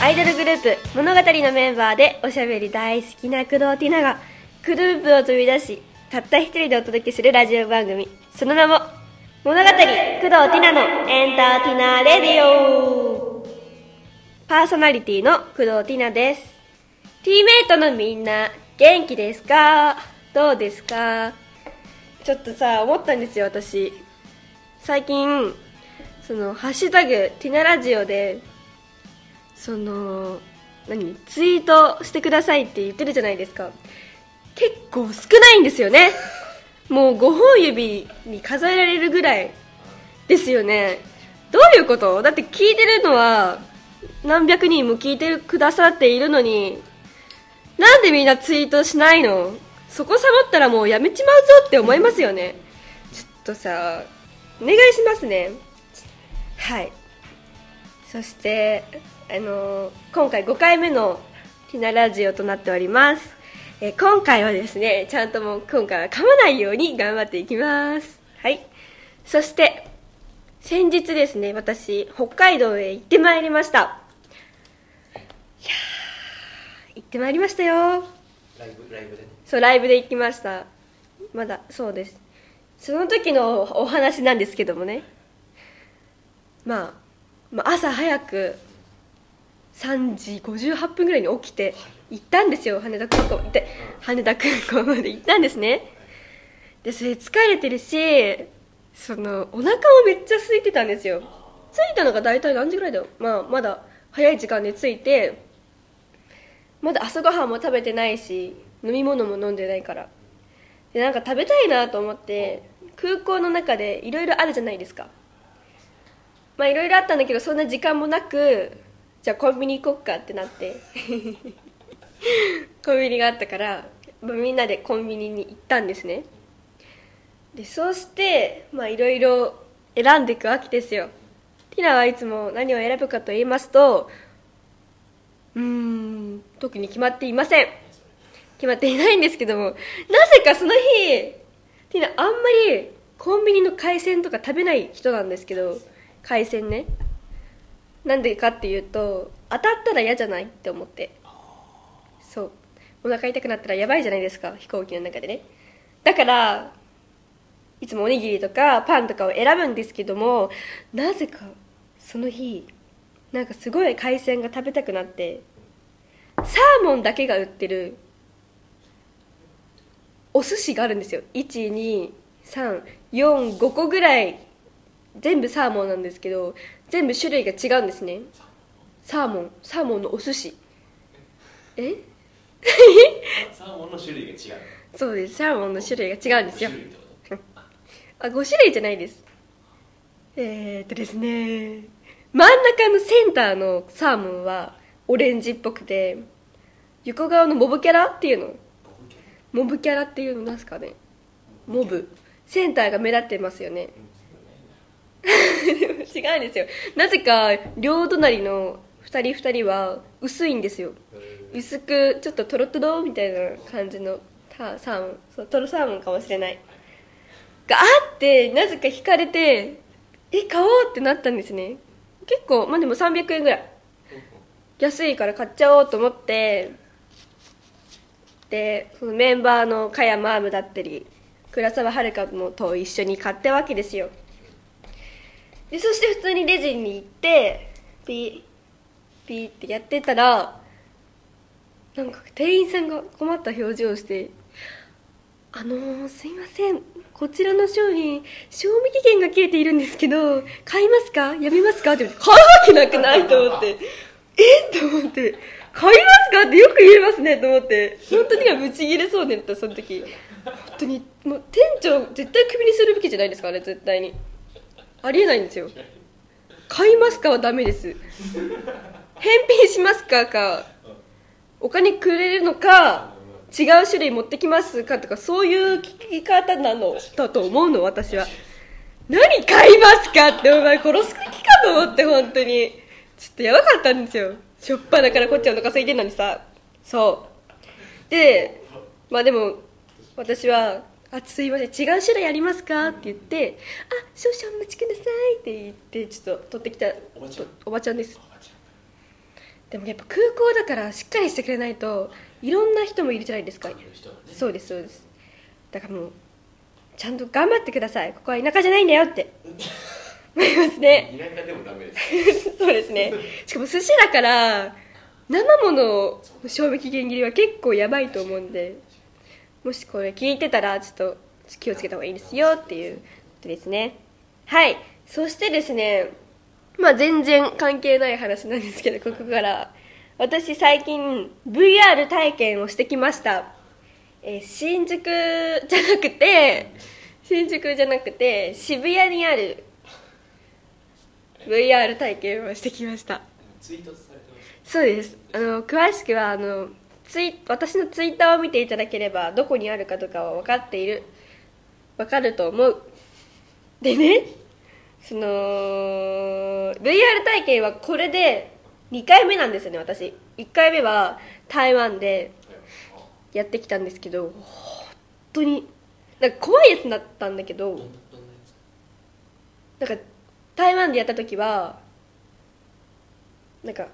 アイドルグループ物語のメンバーでおしゃべり大好きな工藤ティナがグループを飛び出したった一人でお届けするラジオ番組その名も物語工藤ティナのエンターティナーレディオパーソナリティの工藤ティナですティーメイトのみんな元気ですかどうですかちょっとさ思ったんですよ私最近その「ハッシュタグティナラジオ」でその何ツイートしてくださいって言ってるじゃないですか結構少ないんですよねもう5本指に数えられるぐらいですよねどういうことだって聞いてるのは何百人も聞いてくださっているのになんでみんなツイートしないのそこサボったらもうやめちまうぞって思いますよねちょっとさお願いしますねはいそして、あのー今回5回目のひなラジオとなっております、えー今回はですねちゃんともう今回は噛まないように頑張っていきますはいそして先日ですね私北海道へ行ってまいりましたいやー行ってまいりましたよライブライブでねそうライブで行きましたまだそうですその時のお話なんですけどもね、まあ、まあ朝早く3時58分ぐらいに起きて行ったんですよ羽田空港で羽田空港まで行ったんですねでそれ疲れてるしそのお腹もめっちゃ空いてたんですよ着いたのが大体何時ぐらいだよ、まあ、まだ早い時間で着いてまだ朝ごはんも食べてないし飲み物も飲んでないからでなんか食べたいなと思って空港の中でいろいろあるじゃないですかまあいろいろあったんだけどそんな時間もなくじゃあコンビニ行こっかってなって コンビニがあったから、まあみんなでコンビニに行ったんですねでそうしてまあいろいろ選んでいくわけですよティナはいつも何を選ぶかと言いますとうーん特に決まっていません決まっていないんですけどもなぜかその日ティナあんまりコンビニの海鮮とか食べない人なんですけど海鮮ねなんでかっていうと当たったら嫌じゃないって思ってそうお腹痛くなったらやばいじゃないですか飛行機の中でねだからいつもおにぎりとかパンとかを選ぶんですけどもなぜかその日なんかすごい海鮮が食べたくなってサーモンだけが売ってるお寿司があるんですよ12345個ぐらい全部サーモンなんですけど全部種類が違うんですねサーモンサーモンのお寿司えサーモンの種類が違うそうですサーモンの種類が違うんですよ種類ってこ あ5種類じゃないですえー、っとですね真ん中のセンターのサーモンはオレンジっぽくて横側のモブキャラっていうのとモブキャラっていうのなんすかねモブセンターが目立ってますよね でも違うんですよなぜか両隣の2人2人は薄いんですよ薄くちょっとトロトロみたいな感じのタサーモンそうトロサーモンかもしれないがあってなぜか引かれてえ買おうってなったんですね結構まあでも300円ぐらい安いから買っちゃおうと思ってでそのメンバーの加山アームだったり倉沢遥もと一緒に買ったわけですよでそして普通にレジに行ってピーピーってやってたらなんか店員さんが困った表情をして「あのー、すいませんこちらの商品賞味期限が切れているんですけど買いますかやめますか?」って言って「買うわけなくない」と思って 「えっ?」と思って「買いますか?」ってよく言えますねと思って本当にはブチ切れそうになったその時本当にもう店長絶対クビにするべきじゃないですかね絶対にありえないんですよ買いますかはダメです返品しますかかお金くれるのか違う種類持ってきますかとかそういう聞き方なのだと思うの私は何買いますかってお前殺す気かと思って本当にちょっとやばかったんですよしょっぱだからこっちはお腹空いてんのにさそうでまあでも私は「あすいません違う種類ありますか?」って言って「あ少々お待ちください」って言ってちょっと取ってきたおばちゃんおばちゃんですおばちゃんでもやっぱ空港だからしっかりしてくれないといろんな人もいるじゃないですかいる人はねそうですそうですだからもうちゃんと頑張ってくださいここは田舎じゃないんだよって思いますね田舎でもダメです そうですねしかも寿司だから生ものの賞味期限切りは結構やばいと思うんでもしこれ聞いてたらちょっと気をつけた方がいいですよっていうことですねはいそしてですねまあ全然関係ない話なんですけどここから私最近 VR 体験をしてきました、えー新宿じゃなくて新宿じゃなくて渋谷にある VR 体験をしてきましたツイートされてましそうですあの詳しくはあのツイ私のツイッターを見ていただければどこにあるかとかは分かっている分かると思うでねその VR 体験はこれで2回目なんですよね私1回目は台湾でたよあやってきたんですけど本当になんか怖いやつだったんだけどどんどんなやつなんか台湾でやった時はなんか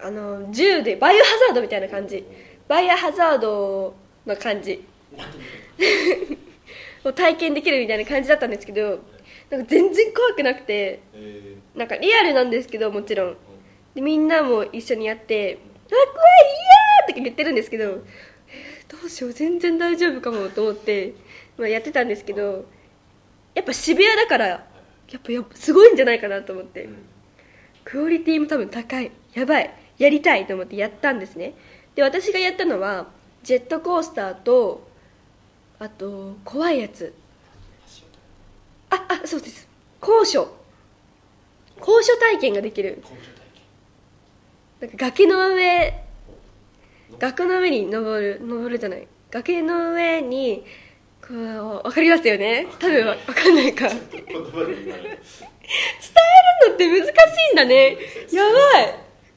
あの銃でバイオハザードみたいな感じバイオハザードの感じなんていう のを体験できるみたいな感じだったんですけどなんか全然怖くなくてえーなんかリアルなんですけどもちろんでみんなも一緒にやって「あ怖いいやー!」とか言ってるんですけどえー「どうしよう全然大丈夫かも」と思って、まあ、やってたんですけどやっぱ渋谷だからやっぱやっぱすごいんじゃないかなと思って。うんクオリティも多分高いやばいやりたいと思ってやったんですねで私がやったのはジェットコースターとあと怖いやつああそうです高所高所体験ができる高所体験なんか崖の上崖の上に登る登るじゃない崖の上にこう分かりますよね多分分かんないか伝言葉で言わないえるのって難しいんだねや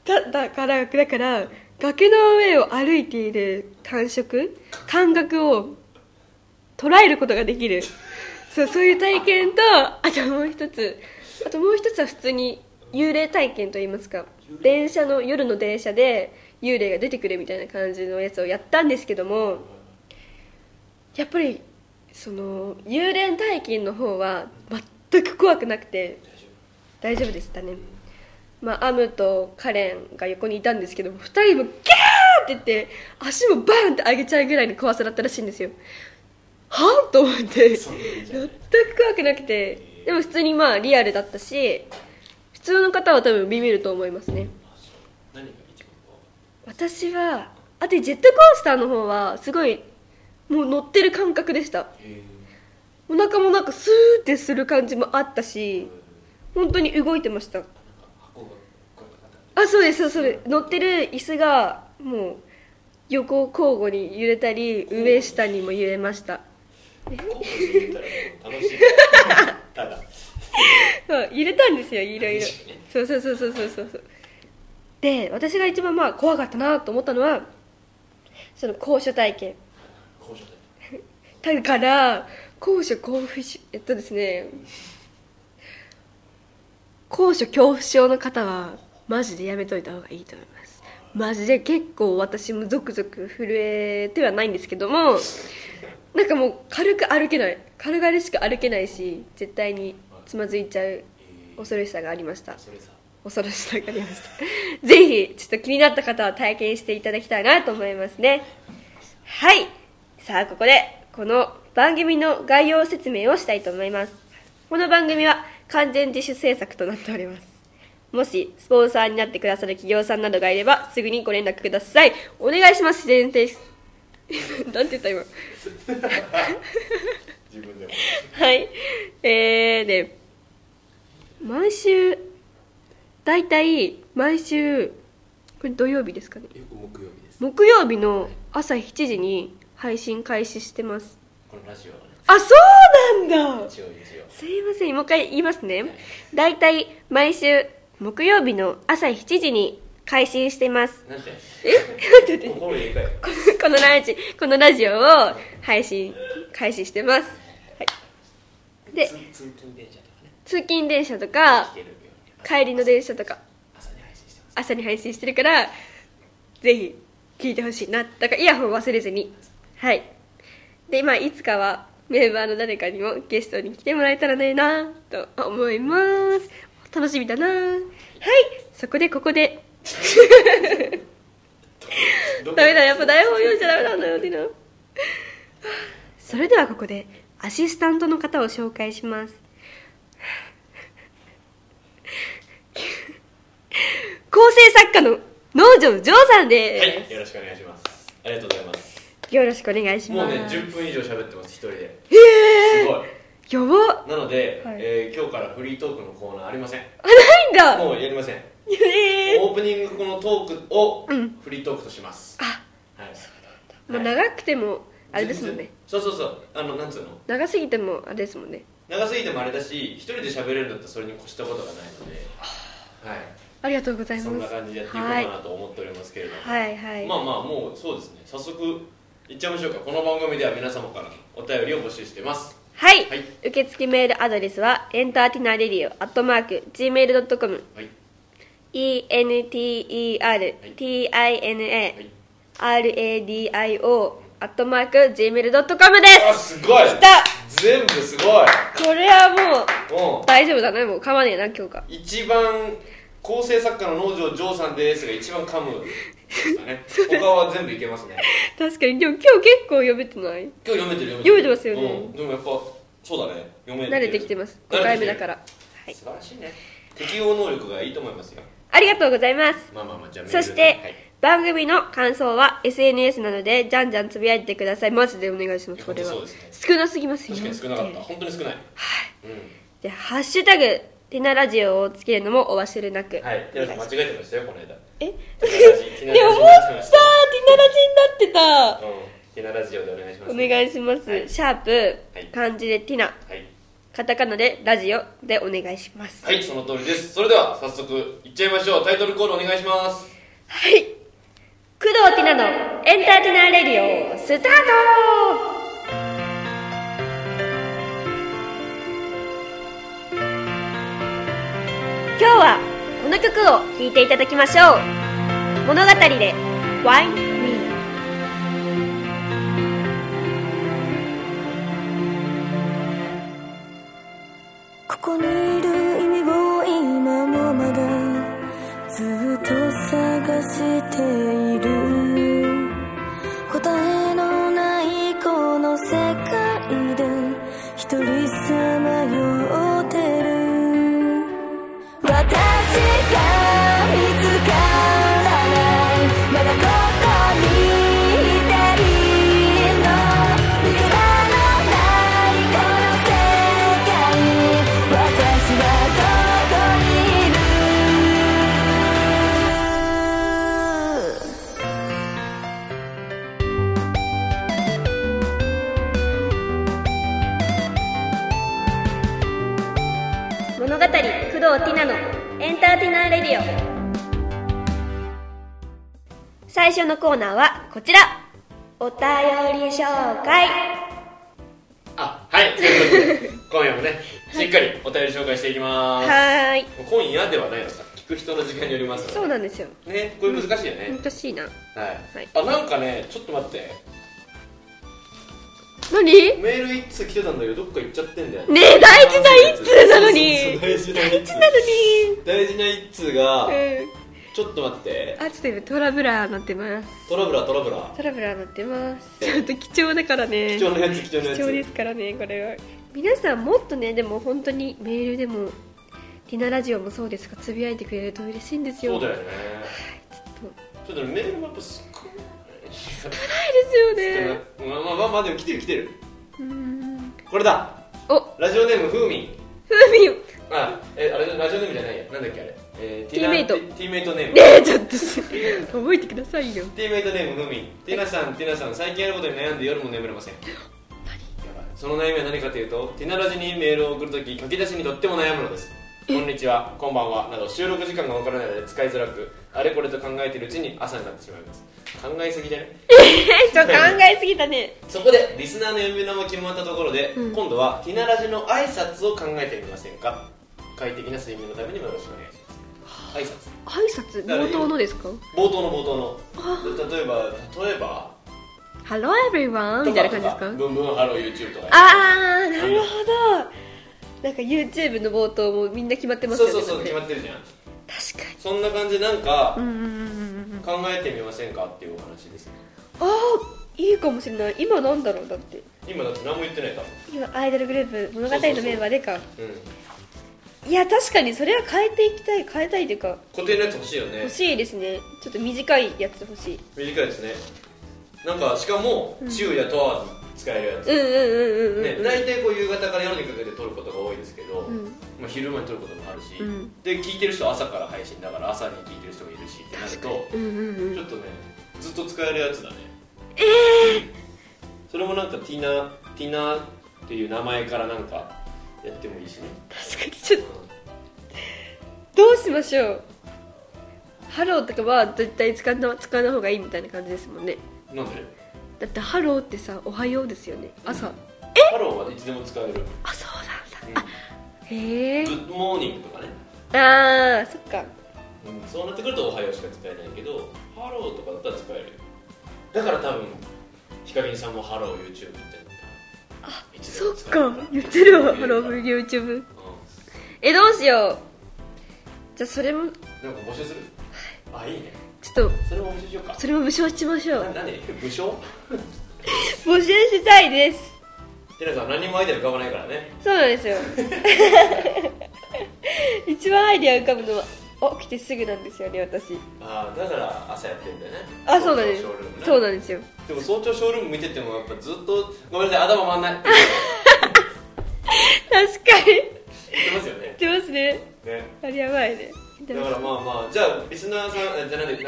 ばいだだからだから崖の上を歩いている感触感覚を捉えることができるそうそういう体験とあともう一つあともう一つは普通に幽霊体験といいますか電車の夜の電車で幽霊が出てくるみたいな感じのやつをやったんですけどもやっぱりその幽霊体験の方は全く怖くなくて大丈大丈夫夫でしたね、まあ、アムとカレンが横にいたんですけど2人もギャーって言って足もバーンって上げちゃうぐらいの怖さだったらしいんですよはあと思ってそんなにじゃな全いく怖くなくてでも普通にまあリアルだったし普通の方は多分ビビると思いますねあそう何が一番怖かっ私はあとジェットコースターの方はすごいもう乗ってる感覚でしたたえお腹もなんかスーってする感じもあったし本当に動いてましたなんか箱がこうやってあったあそうですそうです乗ってる椅子がもう横交互に揺れたり上下にも揺れま したこう言ったらもう楽しいただそう揺れたんですよいろいろ激しいねそうそうそうそうそうそうそうで私が一番まあ怖かったなと思ったのはその高所体験高所体だから高所恐怖症えっとですね高所恐怖症の方はマジでやめといた方がいいと思いますマジで結構私もゾクゾク震えてはないんですけどもなんかもう軽く歩けない軽々しく歩けないし絶対につまずいちゃう験恐ろしさがありましたそれさ恐ろしさがありました ぜひちょっと気になった方は体験していただきたいなと思いますねはいさあここでこの番組の概要説明をしたいと思いますこの番組は完全自主制作となっておりますもしスポンサーになってくださる企業さんなどがいればすぐにご連絡くださいお願いします自然です なんて言った今自分でも はい。えー、で、毎週、大体、毎週、これ土曜日ですかね。よく木曜日です木曜日の朝7時に配信開始してます。このラジオはねあ、そうなんだ一応一応すいません、もう一回言いますね。大体、毎週、木曜日の朝7時に配信してます。なんてえ待って待って。心入れ替えこの このラジこのラジオを配信開始してます、はい、でつ通勤電車とかね通勤電車とか聞けるように帰りの電車とか朝に配信して朝に配信してるからぜひ聞いてほしいなだからイヤホン忘れずにはいでまあいつかはメンバーの誰かにもゲストに来てもらえたらねなと思います楽しみだなはいそこでここでどこダメだやっぱ台本読んじゃダメなんだよティナ それではここでアシスタントの方を紹介します 構成作家の農場ジョーさんではい、よろしくお願いします。ありがとうございます。す、よろしくお願いしもまうすね、10分以上喋ってます、一人で。えすごい。ー、やばなので、はいえー今日からフリートークのコーナーありません。あないんだもうやりません。えー、オープニングこのトークをうんフリートークとします。あはい。まあ長くてもあれですもんね全然。そうそうそう。あの、なんつうの長すぎてもあれですもんね長すぎてもあれだし、一人で喋れるんだったらそれに越したことがないので、はありがとうございい。ますそんな感じでやっていこうかなと思っておりますけれども。はいはい、まあまあもうそうですね早速いっちゃいましょうかこの番組では皆様からのお便りを募集してますはい、はい受付メールアドレスはエンターティナーレディオアットマーク Gmail.com はい ENTERTINARADIO はいアットマーク Gmail.com であすすごい来た全部すごいこれはもうう大丈夫だねもう噛まねえな今日かん一番構成作家の農場ジョーさんですが一番噛むですか ね他は全部いけますね確かにでも今日結構読めてない今日読めてる読めてますよねうんでもやっぱそうだね読め慣れてきてます慣5回れてき目てるだから、はい、素晴らしいね適応能力がいいと思いますよありがとうございますまあまあまあじゃあメーそルしでて、番組の感想は SNS なのでじゃんじゃんつぶやいてくださいマジでお願いしますこれは本当そうで少なすぎますよ確かに少なかったはい本当に少ないうんでハッシュタグティナラジオをつけるのもお忘れなくはい、おテ願ラいしジま間違すえてましたよ、この間。えっティナラジティナラジ思ったティナラジになってたうん、ティナラジオでお願いします。お願いします、はいシャープ、はい漢字でティナはい、カタカナでラジオでお願いしますはい、その通りです。それでは、早速、いっちゃいましょう。タイトルコールお願いします。はい工藤ティナのエンターティナーレディオスタート今日はこの曲を聴いていただきましょう物語で「Why Me」ここにいる意味を今もまだずっと探している答えのないこの世界で一人さまよってる私が見つからないまだここにいたいの逃げ場のないこの世界私はここにいる物語工藤ティナのエンターテイナーレディオ最初のコーナーはこちらお便り紹介あ、はい、ということ で、今夜もね、しっかりお便り紹介していきまはす。ーい今夜ではないのさ、聞く人の時間によりますそうなんですよね、これ難しいよね。難しいなはい、はいあ、なんかね、ちょっと待って、何メール一通来てたんだけど、どっか行っちゃってんだよ。ねえ大事な一通なのにそうそう大事な一通なの大事な一通が、にちょっと待ってうんあちょっと今トラブラーなってますトラブラトラブラトラブラーなってますちょっと貴重だからね貴重なやつ貴重なやつ貴重ですからねこれは皆さんもっとねでも本当にメールでもティナラジオもそうですがつぶやいてくれると嬉しいんですよそうだよねちょっとちょっとねメールもやっぱ少なないでいすよでねもまあまあまあまあでも来てる来てるうーんこれだおラジオネームふうみんふみよあえあれラジオネームじゃないやなんだっけあれ、えー、ティーメイトティーティーメイトネームねえちょっと覚えてくださいよティーメイトネームふうみんティナさんティナさん最近やることに悩んで夜も眠れませんやばいその悩みは何かというとティナラジにメールを送るとき書き出しにとっても悩むのですこんにちはこんばんはなど収録時間がわからないので使いづらくあれこれと考えているうちに朝になってしまいます考えすぎじゃないえちょっと考えすぎたねそこでリスナーの呼び名も決まったところで、今度はティナラジの挨拶を考えてみませんか快適な睡眠のためにもよろしくお願いします挨拶挨拶冒頭のですか冒頭の冒頭の例えば例えば Hello everyone みたいな感じですかブンブンハロー YouTube とかあーなるほどなんか YouTube の冒頭もみんな決まってますそよねうそうそうだって決まってるじゃん確かにそんな感じでなんかうんうんうんうんうん考えてみませんかっていうお話ですねああいいかもしれない今なんだろうだって今だって何も言ってない多分今アイドルグループ物語のメンバーでかうんいや確かにそれは変えていきたい変えたいというか固定のやつ欲しいよね欲しいですねちょっと短いやつ欲しい短いですねなんかしかも昼夜問わず使えるやつ、うんうんうんうんうん、ね、大体こう夕方から夜にかけて撮ることが多いですけど、うんまあ、昼間に撮ることもあるし、うんで聞いてる人は朝から配信だから朝に聞いてる人もいるしってなるとうんうんうんちょっとねずっと使えるやつだねええそれもなんかティナティナっていう名前からなんかやってもいいしね、確かにちょっうとんどうしましょうハローとかは絶対使わな使わない方がいいみたいな感じですもんねなんでだってハローってさおはようですよね朝、ハローはいつでも使えるあそうなんだ、あへえグッドモーニングとかね、あーそっかうんそうなってくるとおはようしか使えないけどハローとかだったら使えるよだから多分ヒカリンさんもハロー YouTube ってあそっか言ってるわハロうん、ー YouTube えどうしようじゃあそれもなんか募集するあいいねちょっとそれも募集しようかそれも無償しましょう何武将募集したいですテラさん何もアイデア浮かばないからねそうなんですよ 一番アイディア浮かぶのは起きてすぐなんですよね私ああだから朝やってるんだよねあそうなんです早朝ショールームねそうなんですよでも早朝ショールーム見ててもやっぱずっとごめんなさい頭回 んないって確かに言ってますよね言ってますねねあれやばいね言ってだまかすらまあまあじゃあリスナーさんあじゃあなんでなんで T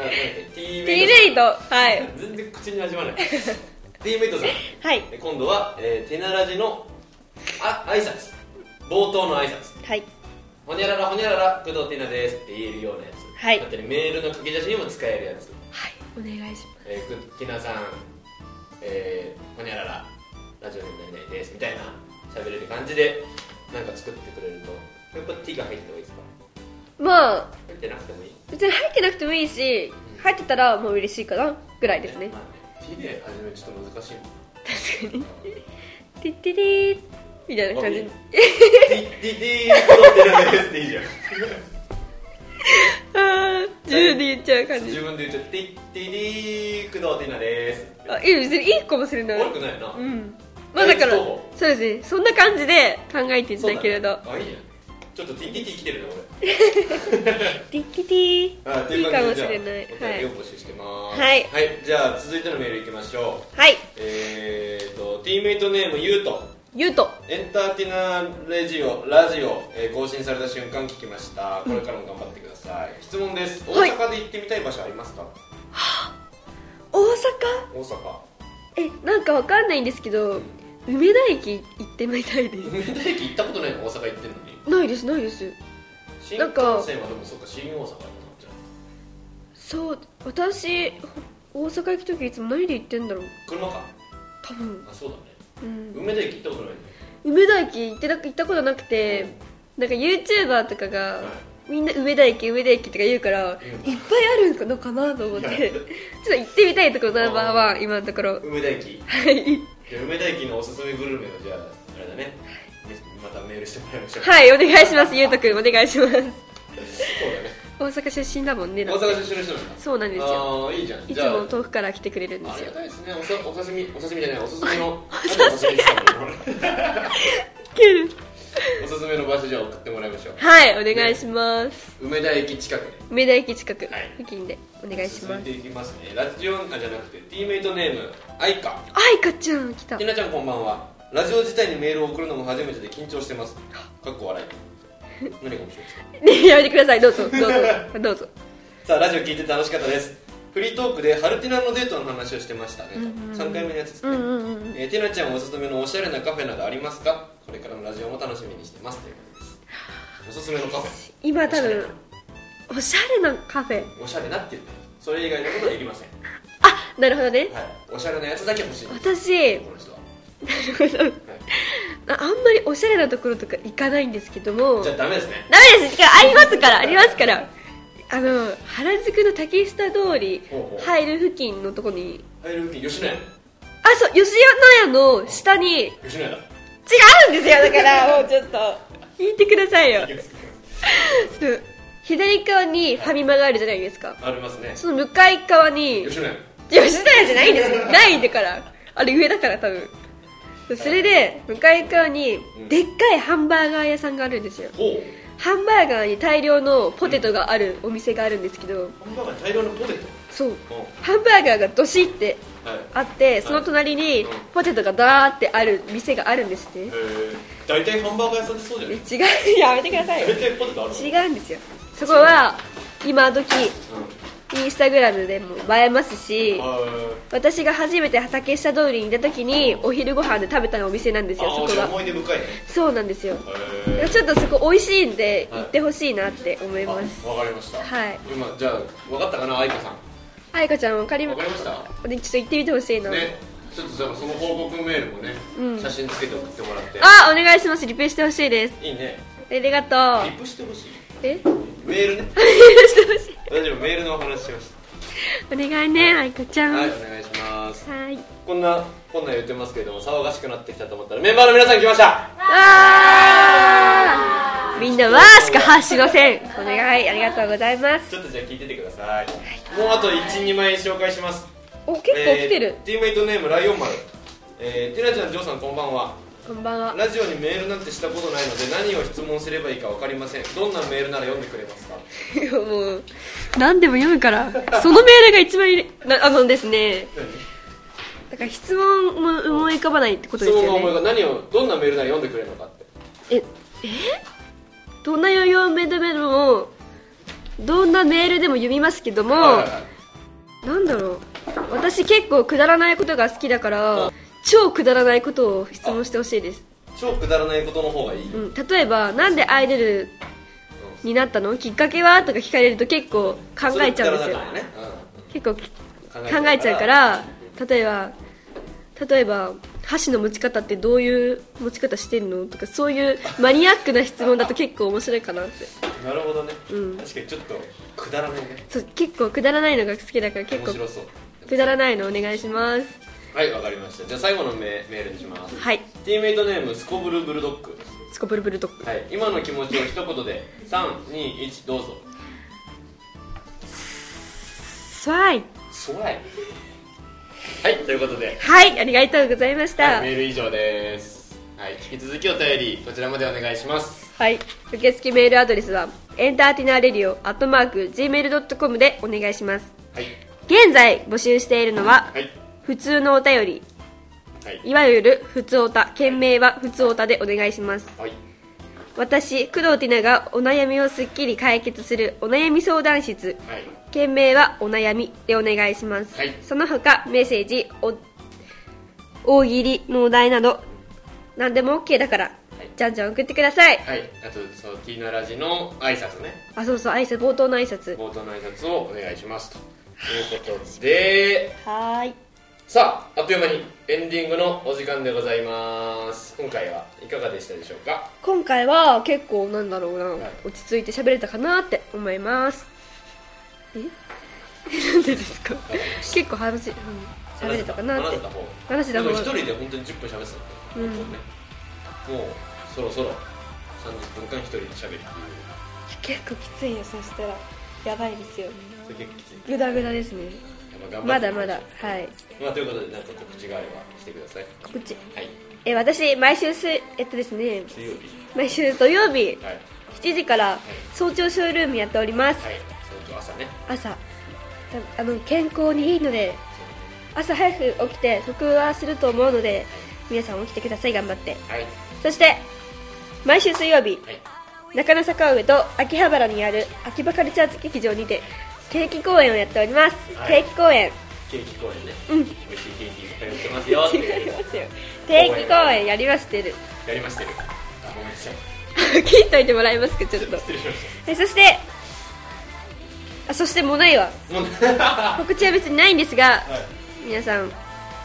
ティーメイレイトはい全然口に始まらない T メイトさんはいえ今度は、えー、テナラジのあ挨拶冒頭の挨拶はいほにゃららほにゃらら工藤ティナですって言えるようなやつはいだったりメールの書き出しにも使えるやつ、はいお願いしまえー、くティナさん、えー、ほにゃららラジオになりないですみたいな喋れる感じでなんか作ってくれるとやっぱ T が入ってた方がいいですかすまあ入ってなくてもいい別に入ってなくてもいいし入ってたらもう嬉しいかなぐらいですねまあね T で始めるちょっと難しいもん確かにティッティリーみたいな感じあいいディディディーコロテラですってい いじゃんああ自由で言っちゃう感自じ分で言っちゃってディディディー工藤ティナですあいい別にいいかもしれない悪くないなうんまあだから大丈夫そうですねそんな感じで考えていただけれどそうだねあいいねちょっと TTT 来てるねティッティティ俺あといいかもしう感じれでないじゃあおは便いりを募集してますはいじゃあ続いてのメールいきましょうはいえーとティーメイトネームゆうとゆうとエンターテイナーレジオラジオ、えー更新された瞬間聞きましたこれからも頑張ってください質問です大はい阪で行ってみたい場所ありますか大阪大阪えなんかわかんないんですけど梅田駅行ってみたいで梅田駅行ったことないの大阪行ってんのにすないですないです新なんか幹線はでもそうか新大阪だなじゃあそう私大阪行く時いつも何で行ってんだろう車か多分、あそうだねうん、梅田駅行ったことないね梅田駅行ってな行ったことなくて、なんか YouTuber とかが、はいみんな梅田駅梅田駅とか言うからいっぱい言うあるのかなと思っいやてちょっと行ってみたいところナンバーワン今のところ梅田駅はいじゃあ梅田駅のおすすめグルメをじゃああれだねまたメールしてもらいましょうはいお願いしますゆうとくんお願いしますそうだね大阪出身だもんね大阪出身の人なんだそうなんですよああーいいじゃんいじつゃもあ遠くから来てくれるんであすりよがたいですねおさお刺身お刺身じゃないおすすめのなんでお刺身したの俺おすすめの場所じゃあ送ってもらいましょうはいお願いします梅田駅近くで梅田駅近くはい付近でお願いし続まいすていきますねラジオあじゃなくてティーメイトネームアイカあいかちゃん来たひなちゃんこんばんはラジオ自体にメールを送るのも初めてで緊張してますかっこ笑い何かもしれないですかねやめてくださいどうぞ どうぞどうぞさあラジオ聞いて楽しかったですフリートークでハルティナのデートの話をしてましたね、うんうん3回目のやつですうね、んうんうんうんえー、てなちゃんおすすめのおしゃれなカフェなどありますかこれからのラジオも楽しみにしてますということですおすすめのカフェ今多分おしゃれなカフェおしゃれなって言ってるそれ以外のことはできません、あなるほどねはい、おしゃれなやつだけ欲しいんです私 この人は、はいああんまりおしゃれなところとか行かないんですけどもじゃダあダメですねメです違うありますからありますからあの原宿の竹下通りほうほう入る付近のとこにアイルフィン吉野家あそう吉野家の下に違吉野家だうんですよだ からもうちょっと聞いてくださいよそう左側にファミマがあるじゃないですかありますねその向かい側に吉野家吉田屋じゃないんですよないんだからあれ上だから多分それで向かい側にうんでっかいハンバーガー屋さんがあるんですよほうハンバーガーに大量のポテトがあるお店があるんですけどハンバーガーに大量のポテそうトほハンバーガーがどしってうはいあってその隣にポテトがダーってある店があるんですねえー大体ハンバーガー屋さんってそうじゃえない違う やめてくださいよ大体ポテトある違うんですよそこは今時うインスタグラムでも映えますしんあ私が初めて竹下通りにいた時にお昼ご飯で食べたお店なんですよーあそーじこゃあが思い出深いねそうなんですよえーちょっとそこ美味しいんで行ってほしいなって思いますあわかりましたはい今じゃあわかったかな愛子さんあいかちゃんわかりわかりましたねちょっと行ってみてほしいな、ねちょっとじゃあその報告メールもね、うん写真つけて送ってもらってあお願いしますリペしてほしいですいいねありがとリうプしてほしいえ メールねリペしてほしい大丈夫メールのお話しましお願いねあいかちゃたんははいい、お願いしますこんなこんなん言ってますけれども騒がしくなってきたと思ったらメンバーの皆さん来ましたわーみんなわーしか発しませんお願いありがとうございますちょっとじゃあ聞いててくださいもうあと12枚紹介しますお結構来てる、えーティーメイトネームライオン丸えー、ティラちゃんジョーさんこんばんはこんばんはラジオにメールなんてしたことないので何を質問すればいいか分かりませんどんなメールなら読んでくれますかいやもう何でも読むからそのメールが一番いれなあのですねだから質問も思い浮かばないってこと質です問がよ思い浮ねかぶ何をどんなメールなら読んでくれるのかってええどんな余裕メールでもどんなメールでも読みますけども、はいはいはいなんだろう私結構くだらないことが好きだから超くだらないことを質問してほしいです、超くだらないことの方がいい、うん、例えばなんでアイドルになったのきっかけはとか聞かれると結構考えちゃうんですよそれくだらないからね結構き考考えちゃうからえちゃうから例えば例えば箸の持ち方ってどういう持ち方してんのとかそういうマニアックな質問だと結構面白いかなってうんなるほどね、うん確かにちょっとくだらないねそう結構くだらないのが好きだから結面構白そうくだらないのお願いしますはいわかりましたじゃあ最後のメメールにしますはいティーメイトネームスコブルブルドッグスコブルブルドッグはい今の気持ちを一言で321どうぞスワイすごいはいということではいありがとうございましたメール以上ですはい引き続きお便りこちらまでお願いしますはい受付メールアドレスはエンターティナーレディオアットマーク Gmail.com でお願いしますはい現在募集しているのははい普通のお便りはいいわゆるふつおた件名はふつおたでお願いしますはい私工藤ティナがお悩みをすっきり解決するお悩み相談室はい件名はお悩みでお願いします、はいその他メッセージお大喜利のお題など何でも OK だから、はいじゃんじゃん送ってくださいはいあとそのティーナラジの挨拶ねあそうそう挨拶冒頭の挨拶冒頭の挨拶をお願いしますということではーいさああっという間にエンディングのお時間でございます今回はいかがでしたでしょうか今回は結構なんだろうな、い落ち着いて喋れたかなって思いますえ なんでですか結構話、うん、喋れたかなっ話てせた方話せた方でも一人で本当に10分喋ってたんうんだよ、本当にねもうそろそろ30分間一人で喋るっていう結構きついよそしたらやばいですよそれ結構きついグダグダですねやっぱ頑張まってだまだはいまあということでなんか告知があればしてください告知はいえ私毎週すえっとですね水曜日毎週土曜日はい7時から早朝ショールームやっております、はい早朝朝ね朝たあの健康にいいので朝早く起きて得はすると思うので皆さん起きてください頑張ってはいそして毎週水曜日はい中野坂上と秋葉原にある秋葉カルチャーズ劇場にて定期公演をやっております、は定い期公演ケーキ公演ねうん美味しいケーキいっぱい売ってますよって違いいう ますよ定期公演やりましてるやりましたよあごめんなさい 聞いといてもらえますかちょっちょっ とと失礼しましえそしてあそしてもうないわたもうは告知は別にないんですが、い皆さん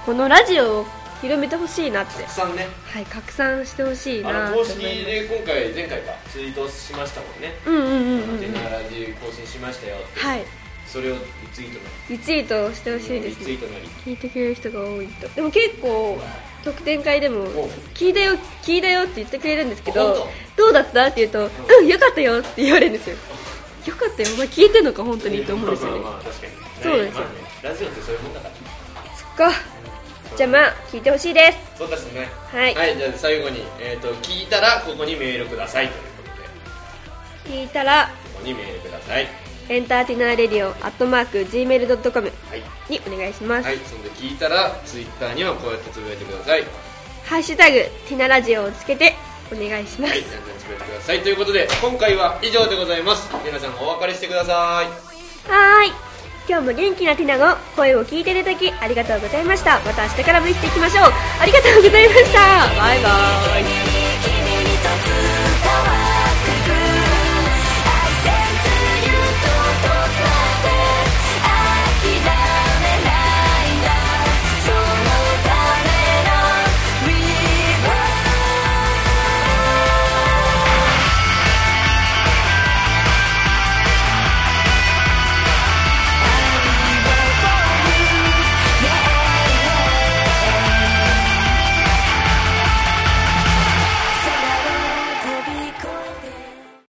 このラジオを広めてほしいなってたくさんねはい拡散してほしいなあのと思公います式で今回前回かツイートしましたもんねうんうん「あうんうのんテナラジ更新しましたよ」ってはいそれをリツイートなリツイートしてほりしいでリすツイねートなり聞いてくれる人が多いとでも結構特典会でもお「聞いたよ聞いたよ」って言ってくれるんですけあど本「どうだった?」って言うと「ううんよかったよ」って言われるんですよよかったよお前聞いてんのか本当にって思うんですよねまあまあまあ確かにそうですよまあねラジオってそういうもんだからそっかじゃあまあ聞いてほしいですそうですねはいじゃあ最後に、えー、と聞いたらここにメールくださいということで聞いたらここにメールくださいエンターテイナーレディオアットマーク Gmail.com はい、にお願いします、はい、そんで聞いたらツイッターにはこうやってつぶやいてくださいはハッシュタグティナラジオをつけてお願いします、い何々つぶやいてくださいということで今回は以上でございます皆さんお別れしてくださいはーい今日も元気なティナの声を聞いていただきありがとうございましたまた明日からも生きていきましょうありがとうございましたバイバーイ